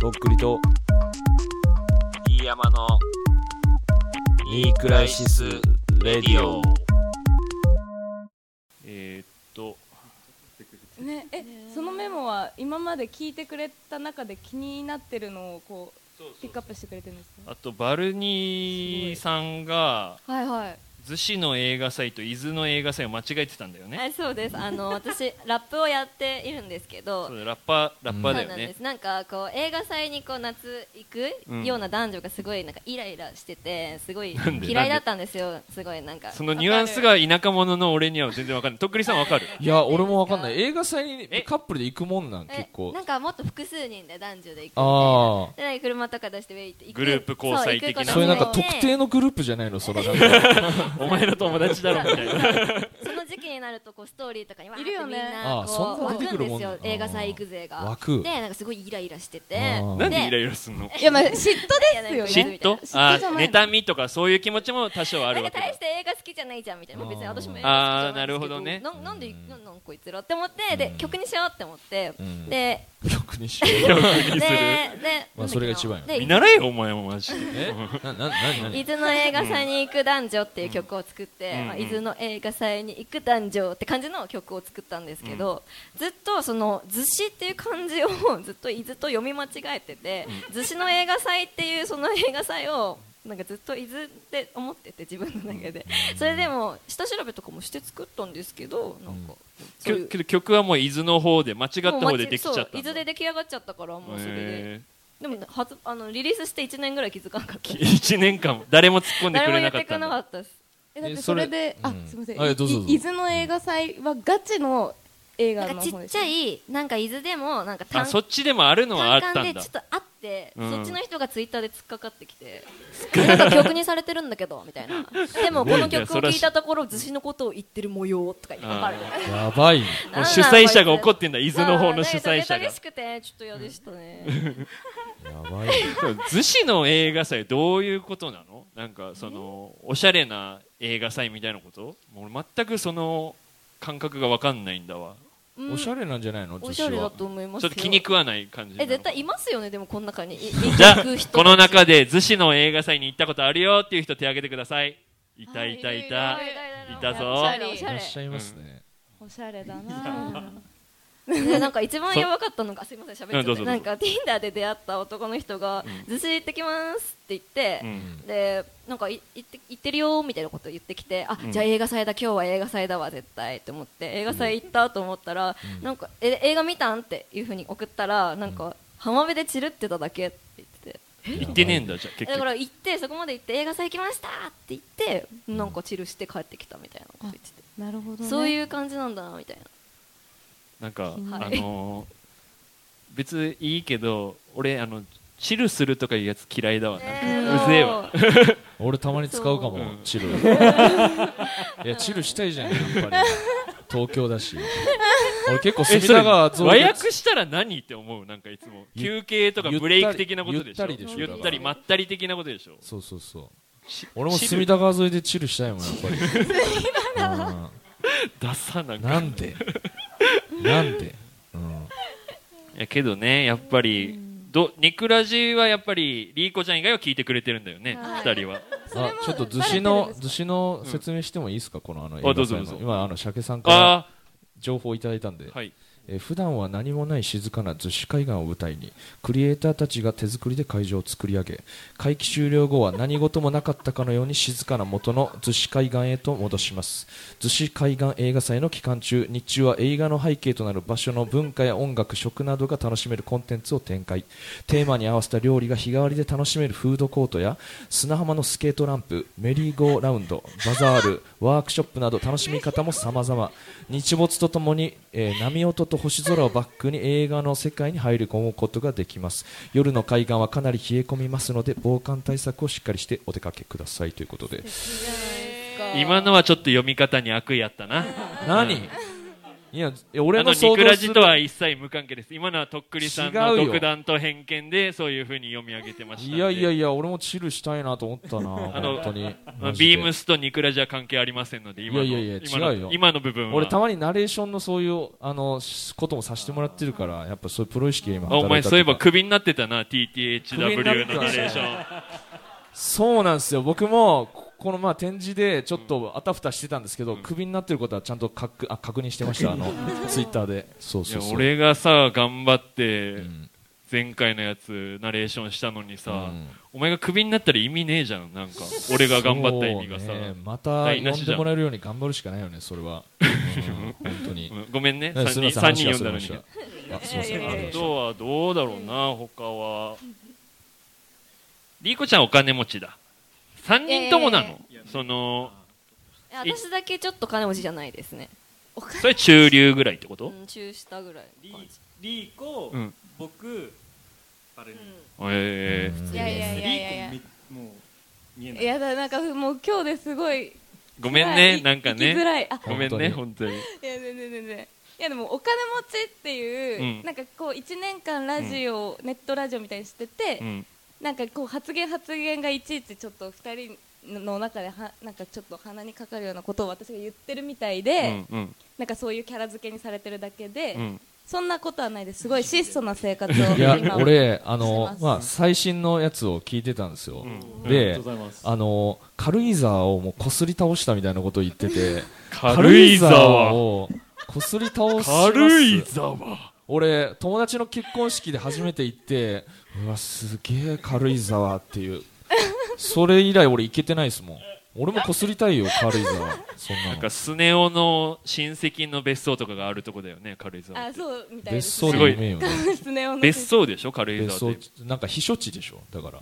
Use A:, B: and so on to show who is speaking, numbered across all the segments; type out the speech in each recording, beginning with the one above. A: とっくりと
B: 飯山の
A: ニークライシスレディオ
C: えーっと
D: ねえそのメモは今まで聞いてくれた中で気になってるのをこうピックアップしてくれてるんですね
C: あとバルニーさんが
E: はいはい
C: 逗子の映画祭と伊豆の映画祭を間違えてたんだよ
F: は
C: ね
F: い、そうです。あの、私、ラップをやっているんですけど
C: そ。うラッパーラッパ
F: そ
C: ーだ
F: うなん
C: よ
F: で
C: ね
F: す。なんか、こう、映画祭に、こう、夏行
C: うん
F: くような男女がすごい、なんか、イライラしてて、すごい
C: なんで
F: 嫌いだったんですよ。すごい、なんか。
C: そのニュアンスが田舎者の俺には全然わかんないとっくりさんわかる
A: いや俺もわかんない映画祭に
C: え
A: カップルで行くもんなん
F: え
A: 結構
F: なんか、もっと複数人で男女で行くみたいな。
A: あ
F: でなんか車とか出してウェイって行く
C: グループ交際的な
A: あ
F: そ
A: そう
F: う
A: いう
F: 行
A: なん
F: くこ
A: か
F: とに
A: 特
F: よ
A: 定のグループじゃないのそらなんか
C: お前の友達だろみたい な
F: ってその時期になるとこうストーリーとかにわーっ
D: い
F: て
D: る
F: み
D: よ
F: ん
D: ね
F: な
A: あそん
F: こう
A: な出
F: 湧
A: て
F: く
A: く
F: ん
A: る
F: で
A: もん
F: すよ映画祭行くぜが
A: 湧く
F: でなんかすごいイライラしてて
A: あー
C: なんでイラ
F: イ
C: イラすんの
D: いやまあ嫉妬ですよ
F: ラ
D: ね
C: 嫉妬
D: じゃ
C: あ
D: ない
C: ー妬みとかそういう気持ちも多少あ
F: な
C: る
F: ん
C: わ
F: か
C: け
F: 大
C: だ
F: して映画好きじゃないじゃんみたいな
A: あー
F: 別に私も映画好きじゃないんですけど
C: あーなるほどね
F: ななんでなんなんこいつらって思ってで曲にしようって思って
A: うん
F: で
A: 曲にしよう
F: でで
A: まあそれが一番よ
F: で
C: 見習えよお前もマジで
A: えななな何
F: 伊豆の映画祭に行く男女っていう曲を作って、
C: うん
F: まあ、
C: うん
F: 伊豆の映画祭に行く男女って感じの曲を作ったんですけど、ずっとその逗子っていう漢字をずっと伊豆と読み間違えてて逗子、の映画祭っていうその映画祭をなんかずっと伊豆って思ってて自分の中でそれでも下調べとかもして作ったんですけどなんか、
C: き
F: そうい
C: ょ
F: う
C: けど曲はもう伊豆の方で間違った
F: もう
C: 方でできちゃったん
F: そ
C: だ
F: う伊豆で出来上がっちゃったからもうそれで、
C: へ
F: でもはずあのリリースして1年ぐらい気づかなかった
C: ー1年間誰も突っ込んでく
F: 誰も
C: れ
F: 言
C: な
F: っ
C: かってた
F: く
C: ん
F: れなか
C: だ
F: ったです
D: えだっ
A: えそ
D: てそ
A: れ
D: れで
A: う
D: あ
A: ん
D: すみません
A: あいやどうぞどうぞ
D: い伊豆の映画祭はガチの映画
F: な
D: の
F: ん
D: 方
F: かち
D: で
F: っちゃいなんか伊豆でもなんか
C: あ
F: 単
C: そっちでもあるのはあっ
F: 単
C: た
F: 館
C: ん
F: でち
C: だ
F: ょっと会って、
C: うん
F: そっちの人がツイッターで突っかかってきてなんか曲にされてるんだけどみたいなでもこの曲を聴いたところ逗子のことを言ってる模様とか言ってわかる
A: やばいね
C: もう主催者が怒ってんだ伊豆の方の主催者
F: 嬉
C: が
F: しくてちょっと嫌でしたね
A: やばいね
C: そう逗子の映画祭どういうことなのなんかそのおしゃれな映画祭みたいなこともう俺全くその感覚が分かんないんだわ
F: うん
A: おしゃれなんじゃないの女
F: おしゃ
A: 子
F: れだ
A: は
F: と思います
C: ちょ
F: よ
C: っと気に食わない感じな
F: え
C: の
F: 絶対いますよねでもこの中にい
C: じゃあ
F: 行く人
C: この中で逗子の映画祭に行ったことあるよっていう人手挙げてくださいいたいたいたいたぞ
F: おしゃれお
A: い
F: しゃ
A: ら
F: れ
A: っしゃいますね
D: おしゃれだな
F: でなんか一番やばかったのがすみません喋っちゃ
C: うん
F: って
C: どうぞどうぞ
F: なんか Tinder で出会った男の人が「逗子行ってきます」って言って、
C: うん
F: でなんかい行って行ってるよみたいなこと言ってきてあ、
C: うん
F: じゃあ映画祭だ今日は映画祭だわ絶対って思って映画祭行ったと思ったら、なんかえ映画見たんっていうふうに送ったらなんか浜辺で散るってただけって言ってて。
C: 行ってねえんだじゃあ結
F: だか
C: 局
F: ら行ってそこまで行って映画祭行きましたって言ってなんかチルして帰ってきたみたいなこと言ってて
D: なるほどね
F: そう
D: う
F: いう感じなんだなみたいな
C: なんか、
F: はい
C: あのー別いいけど俺あのチルするとかいうやつ嫌いだわなんか、うぜえわ
A: 俺たまに使うかも
C: うん
A: チルいやチルしたいじゃんやっぱり東京だし俺結構
C: え
A: 隅
C: そ
A: 田
C: れ
A: 川
C: 和
A: 沿いで
C: 訳したら何って思うなんかいつも
A: ゆ
C: 休憩とかブレイク的なことでしょ
A: ゆったりでしょ
C: ゆったりまったり的なことでしょ
A: そうそうそう
C: ち
A: 俺も
C: チル
A: 隅田川沿いでチルしたいもんやっぱりうん
C: ダサなんか
A: なんでなんで、うん、
C: いやけどねやっぱりどニクラジはやっぱりリーコちゃん以外は聞いてくれてるんだよね
D: はい
C: 二人は
A: あちょっと逗子の逗子の説明してもいいですか、このあの映
C: あど
A: 画
C: うぞ
A: 祭
C: どう
A: の
C: ぞ
A: 今あの鮭さんから
C: あ
A: 情報をいただいたんで
C: あ、はい
A: えー普段は何もない静かな逗子海岸を舞台にクリエイターたちが手作りで会場を作り上げ会期終了後は何事もなかったかのように静かな元の逗子海岸へと戻します逗子海岸映画祭の期間中日中は映画の背景となる場所の文化や音楽食などが楽しめるコンテンツを展開テーマに合わせた料理が日替わりで楽しめるフードコートや砂浜のスケートランプメリーゴーラウンドバザールワークショップなど楽しみ方も様々日没とともに、えー波音と星空をバックに映画の世界に入り込むことができます夜の海岸はかなり冷え込みますので防寒対策をしっかりしてお出かけくださいということで
C: 今のはちょっと読み方に悪意あったな
A: 何いや
C: あ
A: 俺
C: の
A: の想
C: ニク
A: 像
C: ラ
A: す
C: ジ
A: る
C: とは一切無関係です今のはとっくりさんの
A: 違うよ
C: 独断と偏見でそういうふうに読み上げてましたんで
A: いやいやいや俺もチルしたいなと思ったな
C: あの
A: 本当に
C: まあ
A: マジで
C: ビームスとニクラジは関係ありませんので今の
A: いやいやいや
C: 今の
A: 違うよ
C: 今の部分は
A: 俺たまにナレーションのそういうあのしこともさせてもらってるからやっぱそういうプロ意識が今
C: あお
A: 働
C: 前
A: いた
C: そういえば
A: とか
C: クビになってたな TTHW のナレーション
A: そうなんですよ僕もここのまあ展示でちょっとあたふたしてたんですけど、クビになってることはちゃんと確あ確認してました あのツイッターでそう
C: い
A: そ
C: や
A: うそう
C: 俺がさ頑張って、
A: ん
C: 前回のやつナレーションしたのにさ、
A: うん
C: お前がクビになったら意味ねえじゃんなんか俺が頑張った意味がさ、
A: そうねまた
C: 台無
A: 呼
C: し
A: ん
C: じゃ
A: で
C: ん
A: もらえるように頑張るしかないよねそれは、うん本当 に
C: うんごめんね
A: え
C: 3
A: す
C: 人
A: みません
C: 3人
A: 話
C: 呼んだの
A: 忘れま
C: に
A: したあすいません
F: いやいやいや
C: あとはどうだろうな他はリーコちゃんお金持ちだ3人ともなの、その
F: え私だけちょっと金持ちじゃないですねお金
C: それ中流ぐらいってこと、
F: うん中下ぐらいの感
E: リリーコ、
C: うん
E: 僕あれ、
C: え
A: うん
C: ー
D: いやいや
E: リ
D: いやいやいや
E: ーコみもう見えない
D: いやだなんかもう今日ですごい
C: ごめん
D: 辛
C: ね
D: い
C: なんか
D: 生きづ
C: ね
D: らいあ
C: ごめんね本当に
D: いや全然全然いやでもお金持ちっていう、
C: うん
D: なんかこう1年間ラジオ、ネットラジオみたいにしてて、
C: うん
D: なんかこう発言発言がいちいちちょっと2人の中ではなんかちょっと鼻にかかるようなことを私が言ってるみたいで、
C: うんうん
D: なんかそういうキャラ付けにされてるだけで、
C: うん
D: そんなことはないですすごい質素な生活を
A: いや
D: 今
A: 俺あ
D: して
A: の
D: ます
A: まあ最新のやつを聞いてたんですよ、
C: うん
E: あり
A: で
E: がとうございます
A: あの軽井沢をもうこすり倒したみたいなことを言ってて
C: 軽井沢
A: をこすり倒します
C: 軽井沢
A: 俺友達の結婚式で初めて行ってうわすげえ軽井沢っていうそれ以来俺行けてないですもん俺もこすりたいよ軽井沢そんな
C: なん
A: の
C: かスネ夫の親戚の別荘とかがあるとこだよね軽井沢
D: あ
C: って
D: そうみたいで
A: 別
D: す
A: 荘
C: す
A: で
C: ごい
A: 有名よね
D: スネ夫の
C: 別荘でしょ軽井
A: 別
C: 沢
A: 荘
C: って
A: なんか避暑地でしょだから、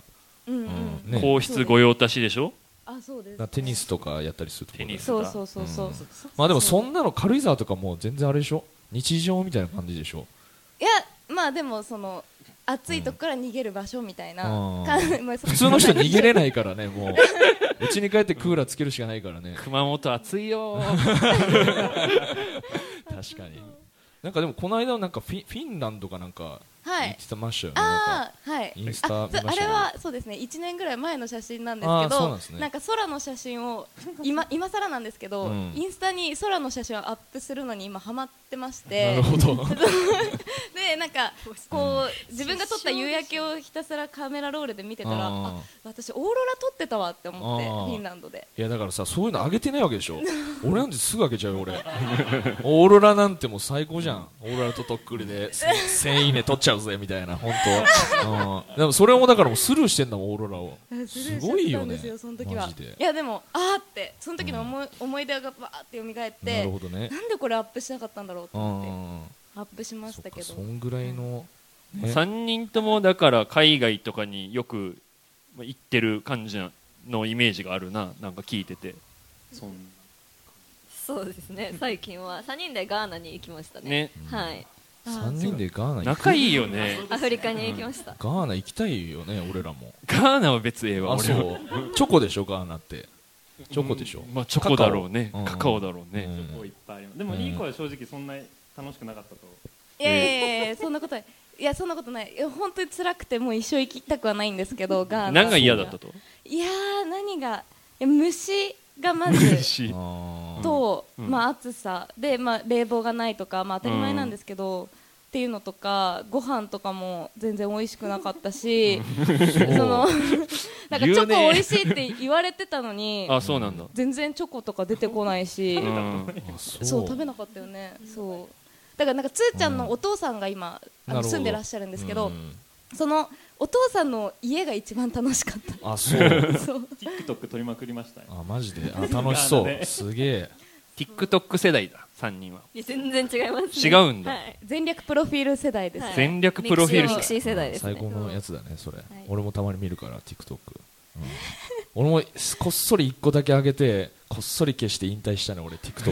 D: うんうん、
A: うんね、
C: 皇室御用達でしょ
D: あそうで
A: だから
D: す
A: テニスとかやったりするところ
C: テニス
D: そうそうそうそう、
A: うん
D: い
A: まあでもそんなの軽井沢とかもう全然あれでしょ日常みたいな感じでしょ
D: やまあでもその暑いとこから逃げる場所みたいな、
A: うん
D: か まあそ
A: 普通の人逃げれないからねもう家に帰ってクーラーつけるしかないからね
C: 熊本暑いよ
A: 確かになんかでもこの間なんかフィフィンランドかなんか
D: は
A: 行
D: い
A: ってましたよね、なんか
D: ああはい
A: インスタ
D: あ
A: 見まし
D: そう
A: た
D: あ
A: よ
D: れはそうですね1年ぐらい前の写真なんです
A: あー
D: け
A: そう
D: ど
A: なんですね
D: か空の写真を 今今更なんですけど、
A: うん
D: インスタに空の写真をアップするのに今ハマってまし
A: な
D: て
A: るほど
D: でなんかこう自分が撮った夕焼けをひたすらカメラロールで見てたら
A: あー
D: あ私オーロラ撮ってたわって思って
A: あー
D: フィンランドで
A: いやだからさそういうのあげてないわけでしょ 俺なんてすぐあげちゃうよ俺オーロラなんてもう最高じゃんオーロラととっくり で1000いいね取っちゃうぜみたいな本当、うん、でもそれもだからもうスルーしてんだもんオーロラをすごいよね
D: スルーしちゃったんですよその時は
A: マジで
D: いやでもあーってその時の思い,、思い出がバーって蘇っ
A: な
D: て
A: るほどね
D: なんでこれアップしなかったんだろう
A: う
D: と 思って
A: ん
D: アップしま
A: そ
D: し
A: った
D: け
A: か
D: ど
A: そんぐらいの、ね
C: 3人ともだから海外とかによくまあ行ってる感じのイメージがあるななんか聞いてて
E: そん
F: そうで すね最近は3人でガーナに行きましたね
C: ね
F: はい
D: あー
A: 3人でガーナ行く
C: 仲いい よね
F: アフリカに行きました、
A: ガーナ行きたいよね俺らも
C: ガーナは別ええわ
A: あ
C: 俺
A: そ
C: は
A: うチョコでしょガーナってチョコでしょ、
C: まあチョコだろうね
A: カカオうん
C: カカオだろう
A: う
C: ね
A: ん
E: こういっぱいありますでもリーコは正直そんなに楽しくなかったと
D: いやいやいやいやそんなことないいやそんなことないいや本当に辛くてもう一生行きたくはないんですけどガーナ
C: 何が嫌だったと
D: いやー何がいや虫がまず
C: し
A: あー
D: と、
C: うん
D: まあ暑さでまあ冷房がないとかまあ当たり前なんですけど、っていうのとかご飯とかも全然美味しくなかったしそのなんかチ
C: 言
D: ョ
C: う
D: コ
C: ね
D: 美味しいって言われてたのに
C: あそうなんだ
D: 全然チョコとか出てこないし、
C: うん
A: あそう
D: そう食べなかったよねそうだからなんかつーちゃんのお父さんが今、あ
A: なる
D: の
A: ほど
D: 住んでらっしゃるんですけど、
A: うん
D: そのお父さんの家が一番楽しかっ
A: あそう
D: たそう
E: TikTok 撮りまくりましたね
A: あマジであ楽しそ
E: ガーナ
A: う
E: です
A: げえ
C: TikTok 世代だ3人はい
F: や全然違います、ね、
C: 違うんだ
F: はい
D: 全略プロフィール世代です、
F: はい
C: 全略プロフィール
F: ミ
C: 世
F: クシ
C: 代
F: ー世代ですね
A: 最高のやつだねそれ、
D: い
A: 俺もたまに見るから TikTok、うん俺もこっそり1個だけ上げてこっそり消して引退したね俺 TikTok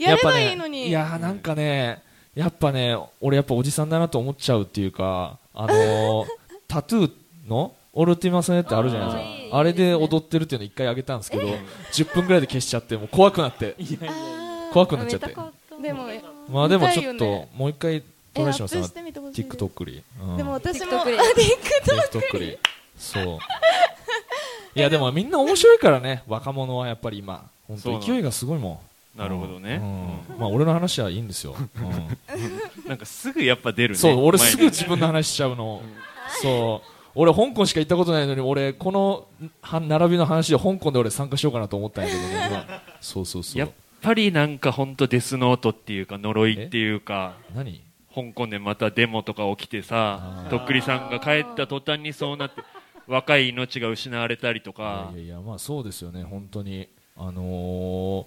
D: やれ
A: ぱ
D: ば
A: ね
D: いいのに
A: いやーなんかねやっぱね俺やっぱおじさんだなと思っちゃうっていうかあ のータトゥーのオルティマスネってあるじゃないですか
F: あー
A: あれで踊ってるっていうの一回あげたんですけど10分ぐらいで消しちゃってもう怖くなって
E: いやいやいや
A: 怖くなっちゃって
F: あめたかった
D: でも
A: まあでもちょっ
D: 見たいよ
A: と
D: ね
A: もう一回ト
D: えア
A: ライしま
D: ッ
A: す
D: プしてみてほしいです
A: TikTok り、うん、
D: でも私も
F: TikTok に
A: TikTok りそういやでもみんな面白いからね若者はやっぱり今本
C: そうな
A: 当
C: の
A: 勢いがすごいもん
C: なるほどね
A: うんまあ俺の話はいいんですよ、うん
C: なんかすぐやっぱ出るね
A: そう俺すぐ
C: 前に
A: 自分の話しちゃうの、そう俺香港しか行ったことないのに俺このは並びの話で香港で俺参加しようかなと思ったんやけどね 今そうそうそ
C: やっ
A: う
C: ぱりなんか本当デスノートっていうか呪いっていうか
A: 何
C: 香港でまたデモとか起きてさ
A: あー
C: とっくりさんが帰った途端にそ うなって若い命が失われたりとか
A: いやいやまあそうですよね本当にあのー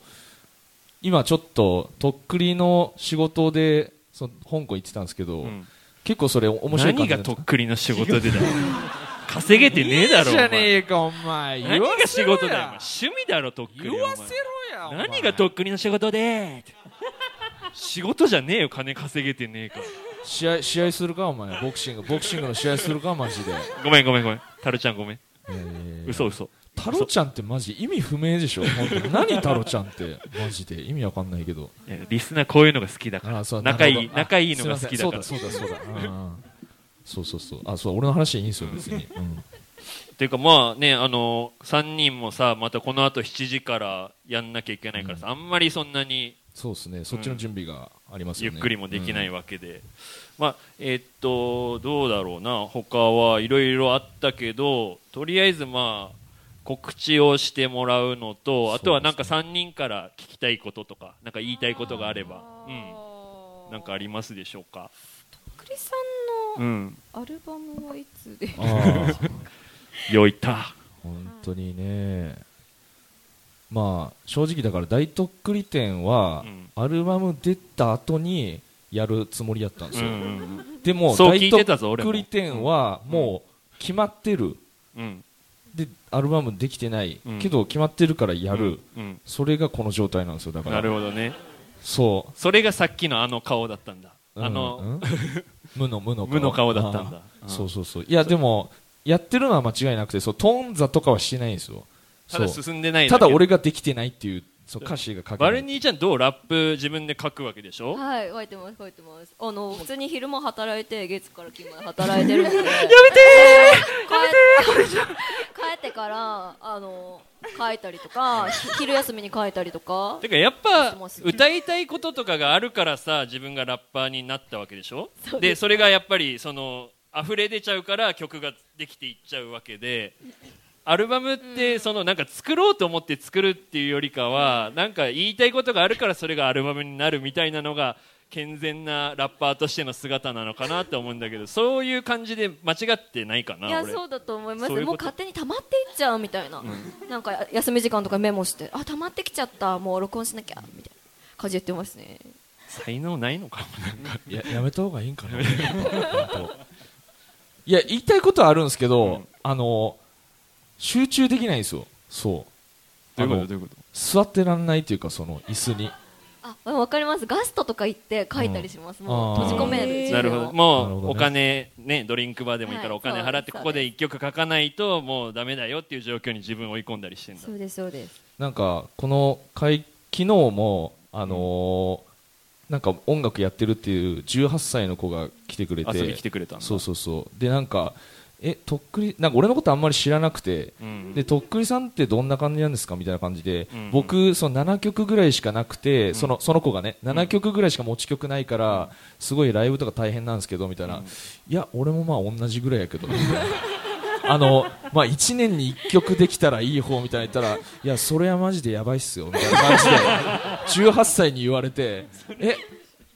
A: 今ちょっととっくりの仕事でその香港行ってたんですけど、
C: うん
A: 結構それ面白い感
C: 何
A: じ
C: がとっくりの仕事 でだよ稼げてねえだろ
A: いいじゃ
C: お
A: ね
C: 前
A: えかお前
C: 何
A: 言わせ
C: が仕
A: ろや
C: 事だよお前趣味だろとっくり
A: 言わせろや
C: お
A: お
C: 前
A: 前
C: 何がとっくりの仕事でって仕事じゃねえよ金稼げてねえから
A: 試合試合するかお前ボクシングボクシングの試合するかマジ で、
C: ごめんごめんごめんタルちゃんごめん
A: えー
C: 嘘嘘
A: タロちゃんってマジ意味不明でしょ本当に何タロちゃんってマジで意味わかんないけど
C: いやリスナーこういうのが好きだから
A: あそう
C: 仲いい
A: なるほどあ
C: 仲いいのが好きだから
A: すいませんそうだそうだそうだうんうんそうそうそうあそう俺の話はいいんですよ 別に、うん
C: っていうかまあねあの3人もさまたこのあと7時からやんなきゃいけないからさ、あんまりそんなに
A: そうですねそっちの準備があります
C: ゆ
A: よ
C: っ
A: ね、
C: くりもできない
A: うん
C: わけで、まあえーっとどうだろうな他はいろいろあったけどとりあえずまあ告知をしてもらうのとあとはなんか3人から聞きたいこととかなんか言いたいことがあればうんなんかありますでしょうか
F: クリさん
C: う
F: の
C: ん
F: アルバムはいつで、
A: ああ
C: よいた
A: 本当にねまあ正直だから大とっくり展は
C: うん
A: アルバム出た後にやるつもりやったんで
C: う
A: す
C: ん
A: よ、
C: うん
A: でも
C: そう聞
A: 大
C: い
A: と
C: てたぞ
A: っくり展はもう決まってる、
C: うん
A: でアルバムできてない、
C: うん
A: けど決まってるからやる、
C: うん
A: それがこの状態なんですよだ
C: う
A: か
C: ん
A: ら
C: なるほどね
A: そ
C: それがさっきのあの顔だったんだ
A: う
C: あの、
A: うんうん無の無の
C: 無の顔だったんだ
A: あー
C: うん
A: そうそうそういやでもやってるのは間違いなくてそうトーン座とかはしてないんですよ
C: ただ
A: そう
C: 進んでない
A: た
C: け
A: だ俺ができてないっていうそう歌詞が書けな
C: バ
A: い
C: ルニーちゃんどうラップ自分で書くわけでしょ
F: はい書いてます書いてますあの普通に昼間働いて月から金まで働いて るんでやめてーやめて帰ってからあの書いたりとかひ昼休みに書いたりとか
C: てかやっぱ
F: してます
C: 歌いたいこととかがあるからさ自分がラッパーになったわけでしょでそれがやっぱりその溢れ出ちゃうから曲ができていっちゃうわけでアルバムってそのなんか作ろうと思って作るっていうよりかはなんか言いたいことがあるからそれがアルバムになるみたいなのが健全なラッパーとしての姿なのかなと思うんだけどそういう感じで間違ってないかない
F: や
C: 俺
F: そうだと思います
C: そういうこ
F: も
C: と
F: う勝手に溜まっていっちゃうみたいな、なんかや休み時間とかメモしてあ溜まってきちゃったもう録音しなきゃみたいな感じで言ってますね
C: 才能ないのかもなんか
A: ややめた方がいいんかな本当いや言いたいことはあるんですけど、
C: うん
A: あの集中できないんですよそうあの
C: どういうこと
A: 座ってらんないっていうかその椅子に
F: あわかりますガストとか行って書いたりします、
A: うん
F: もう閉じ込める
D: あー
F: 自分を
C: なるほど
A: なる
C: も
A: ほ
C: う
A: どね
C: お金ねドリンクバーでもいいから
F: はい
C: お金払って
F: そうです
C: ここで1曲書かないともうダメだよっていう状況に自分を追い込んだりしてんだ
F: そうですそうです
A: なんかこの会昨日もあのーなんか音楽やってるっていう18歳の子が来てくれて
C: 遊び来てくれたんだ
A: そうそうそうでなんかえとっくりなんか俺のことあんまり知らなくて
C: うん
A: でとっくりさんってどんな感じなんですかみたいな感じで、
C: うんうん
A: 僕その7曲ぐらいしかなくて、そのその子がね7曲ぐらいしか持ち曲ないから、すごいライブとか大変なんですけどみたいな、いや俺もまあ同じぐらいやけど あのまあ1年に1曲できたらいい方みたいな言ったらいやそれはマジでやばいっすよみたいな感じで18歳に言われて え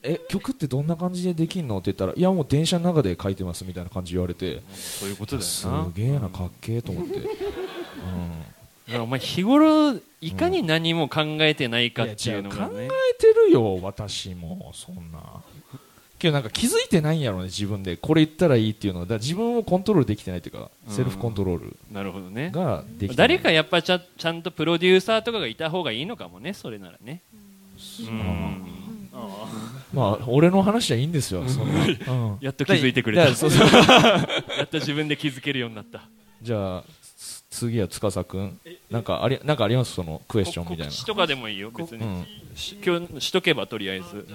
A: え曲ってどんな感じでできんのって言ったらいやもう電車の中で書いてますみたいな感じで言われて
C: そういうことだ
A: す
C: よな
A: げえなかっけえと思って。うん
C: だからお前日頃いかに何も考えてないかっていうのが
A: いや
C: ね
A: 違う考えてるよ私もそんなけどなんか気づいてないんやろね自分でこれ言ったらいいっていうのはだから自分をコントロールできてないっていうか
C: うん
A: セルフコントロール
C: なるほどね
A: ができてない
C: 誰かやっぱちゃちゃんとプロデューサーとかがいた方がいいのかもねそれならねうん
A: まあ俺の話はいいんですよそんな、うん
C: やっと気づいてくれ
A: だ
C: た
A: からそうそう
C: やっと自分で気づけるようになった
A: じゃあす次は司君なんかありなんかありますそのクエスチョンみたいな
C: 告知とかでもいいよ別に、
A: うん
C: し今日しとけばとりあえず、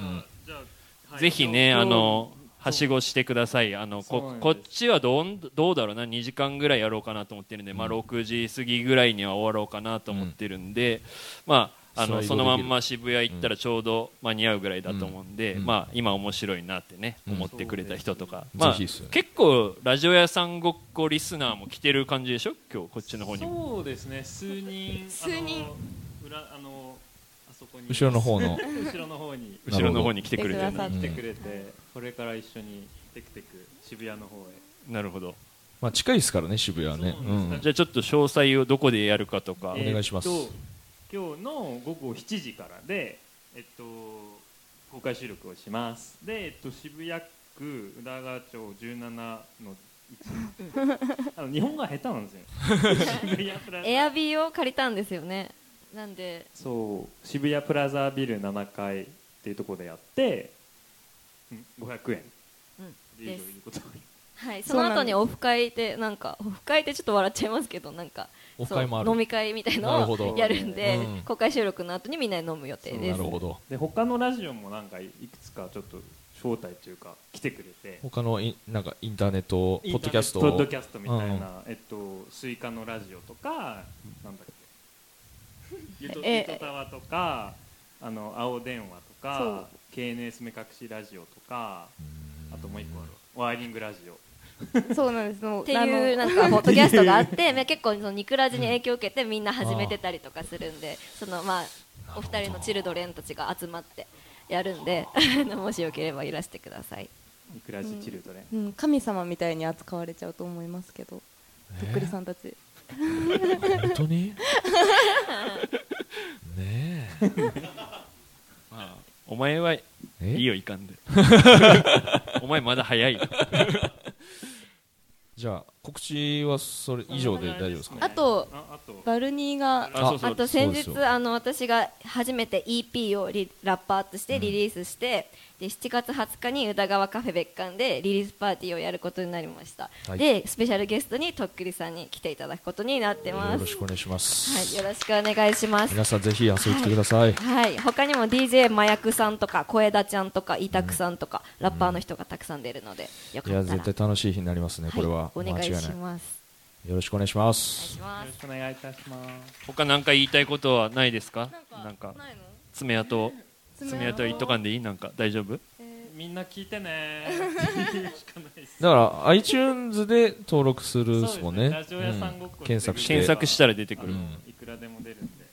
E: じゃあはい
C: ぜひね
E: 今
C: あ
E: 日
C: のはしごしてくださいあの
E: そうなん
C: こ
E: です
C: こっちはどんどうだろうな2時間ぐらいやろうかなと思ってるんで、まあ、6時過ぎぐらいには終わろうかなと思ってるんで、まああの
A: スラ
C: そ
A: イドできる
C: のまんま渋谷行ったらちょうど間に合うぐらいだと思うんで、
A: うん
C: まあ、今面白いなってね
A: うん
C: 思ってくれた人とか、
A: うん
C: まあ、
A: ぜひっすよね
C: 結構ラジオ屋さんごっこリスナーも来てる感じでしょ今日こっちの方にも
E: そうですね数人
F: 数人
E: あの裏あのあそこに
A: 後ろの方 の
E: 後ろの方に
A: なるほ
C: 後
A: ど
C: ろの方に来てくれて
D: 来
C: る
D: てくださっ
E: 来てくれて、これから一緒にテクテク渋谷の方へ
C: なるほど
A: まあ近いですからね渋谷はね
E: そうなんです
C: じゃあちょっと詳細をどこでやるかとか、
A: お願いします
E: えっと今日の午後7時からでえっと公開収録をしますで、えっと、渋谷区宇田川町17の1 あの日本語が下手なんですよ渋谷プラ ザ
F: エアビーを借りたんですよねなんで
E: そう渋谷プラザビル7階っていうところでやってうん500円
F: うん
E: でいい
F: で
E: と
F: す
E: いうことで
F: はい、
D: そ
F: そう
D: なん
F: の
D: です
F: 後にオフ会でなんかオフ会ってちょっと笑っちゃいますけどなんか
A: オフ会もある
F: そう飲み会みたい
A: なる
F: の
A: ほ
F: を
A: ど
F: やるんで、
A: うん
F: 公開収録の後にみんなで飲む予定
A: うん
F: で
A: な
F: す
A: るほど
E: で他のラジオもなんかいくつかちょっと招待というか来てくれて
A: 他のインなんかインターネットポッドキャスト
E: ポッドキャストみたいな、えっとスイカのラジオとかなんだっけゆとゆ
D: え
E: とたわとかあの青電話とか KNS 目隠しラジオとかあともう一個あるワイリングラジオ
D: そうなんですもう
F: って
D: あ
F: い
D: の
F: うなんかポッドキャストがあってまあ結構そのニクラジに影響を受けてみんな始めてたりとかするんでそのまあお二人のチルドレンたちが集まってやるんで あのもしよければいらしてください
E: いくらじチルドレン、
D: うん、神様みたいに扱われちゃうと思いますけど、とっくりさんたち。
A: 本当にねえ
C: お前はい
A: え
C: いよい かんでお前まだ早い
A: じゃあ告知はそれ以上で大丈夫ですか
F: あと
E: ああと
D: バルニーが
C: あそうそう
F: あと先
A: そう
F: 日
A: ですよ
F: あの私が初めて EP をリラッパーとしてリリースして、で7月20日に宇田川カフェ別館でリリースパーティーをやることになりました、
A: はい
F: でスペシャルゲストにとっくりさんに来ていただくことになってます
A: よろしくお願いしま
F: はい、
A: す、
F: よろしくお願いします
A: 皆さんぜひ遊びに来てください、
F: はい他にも DJ 麻薬さんとか小枝ちゃんとか委託さんとか、ラッパーの人がたくさん出るのでよ
A: い、
F: か
A: や
F: ったら
A: 絶対楽しい日になりますね、これは
F: お願いし
A: 間
F: ま
A: 違いな
F: す
A: い
F: お願いし
A: よろしくお願いします
E: よ
F: ます
E: ろしくお願いいたします
C: 他なんか言いたいことはないですかなんか
D: いの
C: 爪痕爪痕は言っとかんでいいなんか大丈夫
E: みんな聞いてね ーっていうしかないです
A: だから iTunes で登録するですもんね
E: そうですねラジオ屋さんごっこ
A: うん検索して
C: 検索したら出て
E: あ
C: くる、
E: のいくらでも出るんで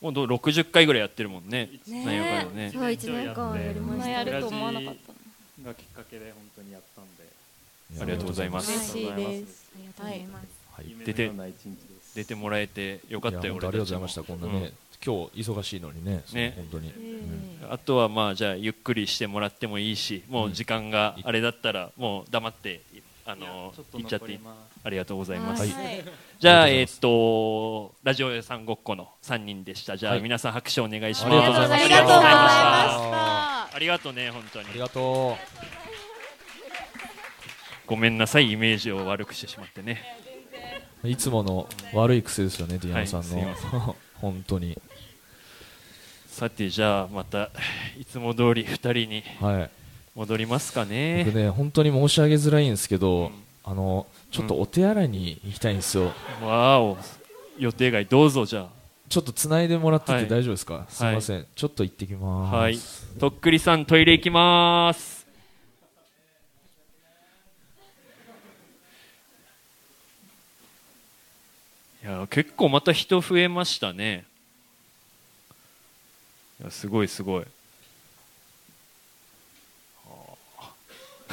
C: もうどう60回ぐらいやってるもんね
E: 一
F: ね
C: なんやかんやね
F: そう1年間やり
D: こん
F: ま
D: な
F: し
D: や
F: た
D: ると思わなかった。
E: がきっかけで本当にやったんで
C: ありがとうございま
D: 嬉
C: す
D: しい
E: ありがとうござい
D: で。
E: ます
F: ありがとうございます
A: はい
E: 夢
C: 出
E: の
C: て
E: ような一日です
C: 出てもらえてよかった
A: いや
C: よ
A: 本
C: 俺
A: 当あ
C: たち
A: り
C: も
A: がとうございましたこんなね、今日忙しいのにねそう
C: ね
A: 本当に、
C: うんあとはまあじゃあゆっくりしてもらってもいいしもう時間があれだったらもう黙ってあの行っちゃっていいありがとうございます、
A: はい
D: はい。
C: じゃあ
A: あり
C: え
A: が
C: っとラジオ屋さんごっこの3人でしたじゃ
A: は
C: あ
A: い
C: 皆さん拍手お願いし
A: あ
C: ま
A: りが
C: す
A: とうございま
D: あ
A: し
D: り
A: た
D: がとうございました。
C: ありがとうね本当に
A: ありがと
C: ごめんなさいイメージを悪くしてしまってね
A: ういつもの悪い癖ですよねディアナさん
C: はいすい
A: の、
C: ませ
A: 本当に
C: さてじゃあまたいつも通り2人に
A: はい
C: 戻りますか
A: 僕
C: ね
A: ね本当に申し上げづらいんですけど、
C: うん
A: あのちょっとお手洗いに行きたいんですよ、
C: わーお予定外どうぞじゃ
A: ちょっとつないでもらって
C: は
A: て
C: い
A: 大丈夫ですか、すみませんちょっと行ってき
C: あ
A: ます
C: はいとっくりさんトイレ行きまーすいやー結構また人増えましたねいやすごいすごい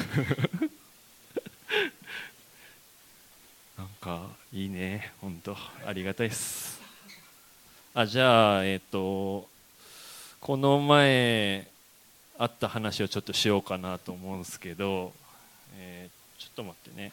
C: なんかいいね、本当ありがたいです。あじゃあえっ、とこの前あった話をちょっとしようかなと思うんですけど、えーちょっと待ってね。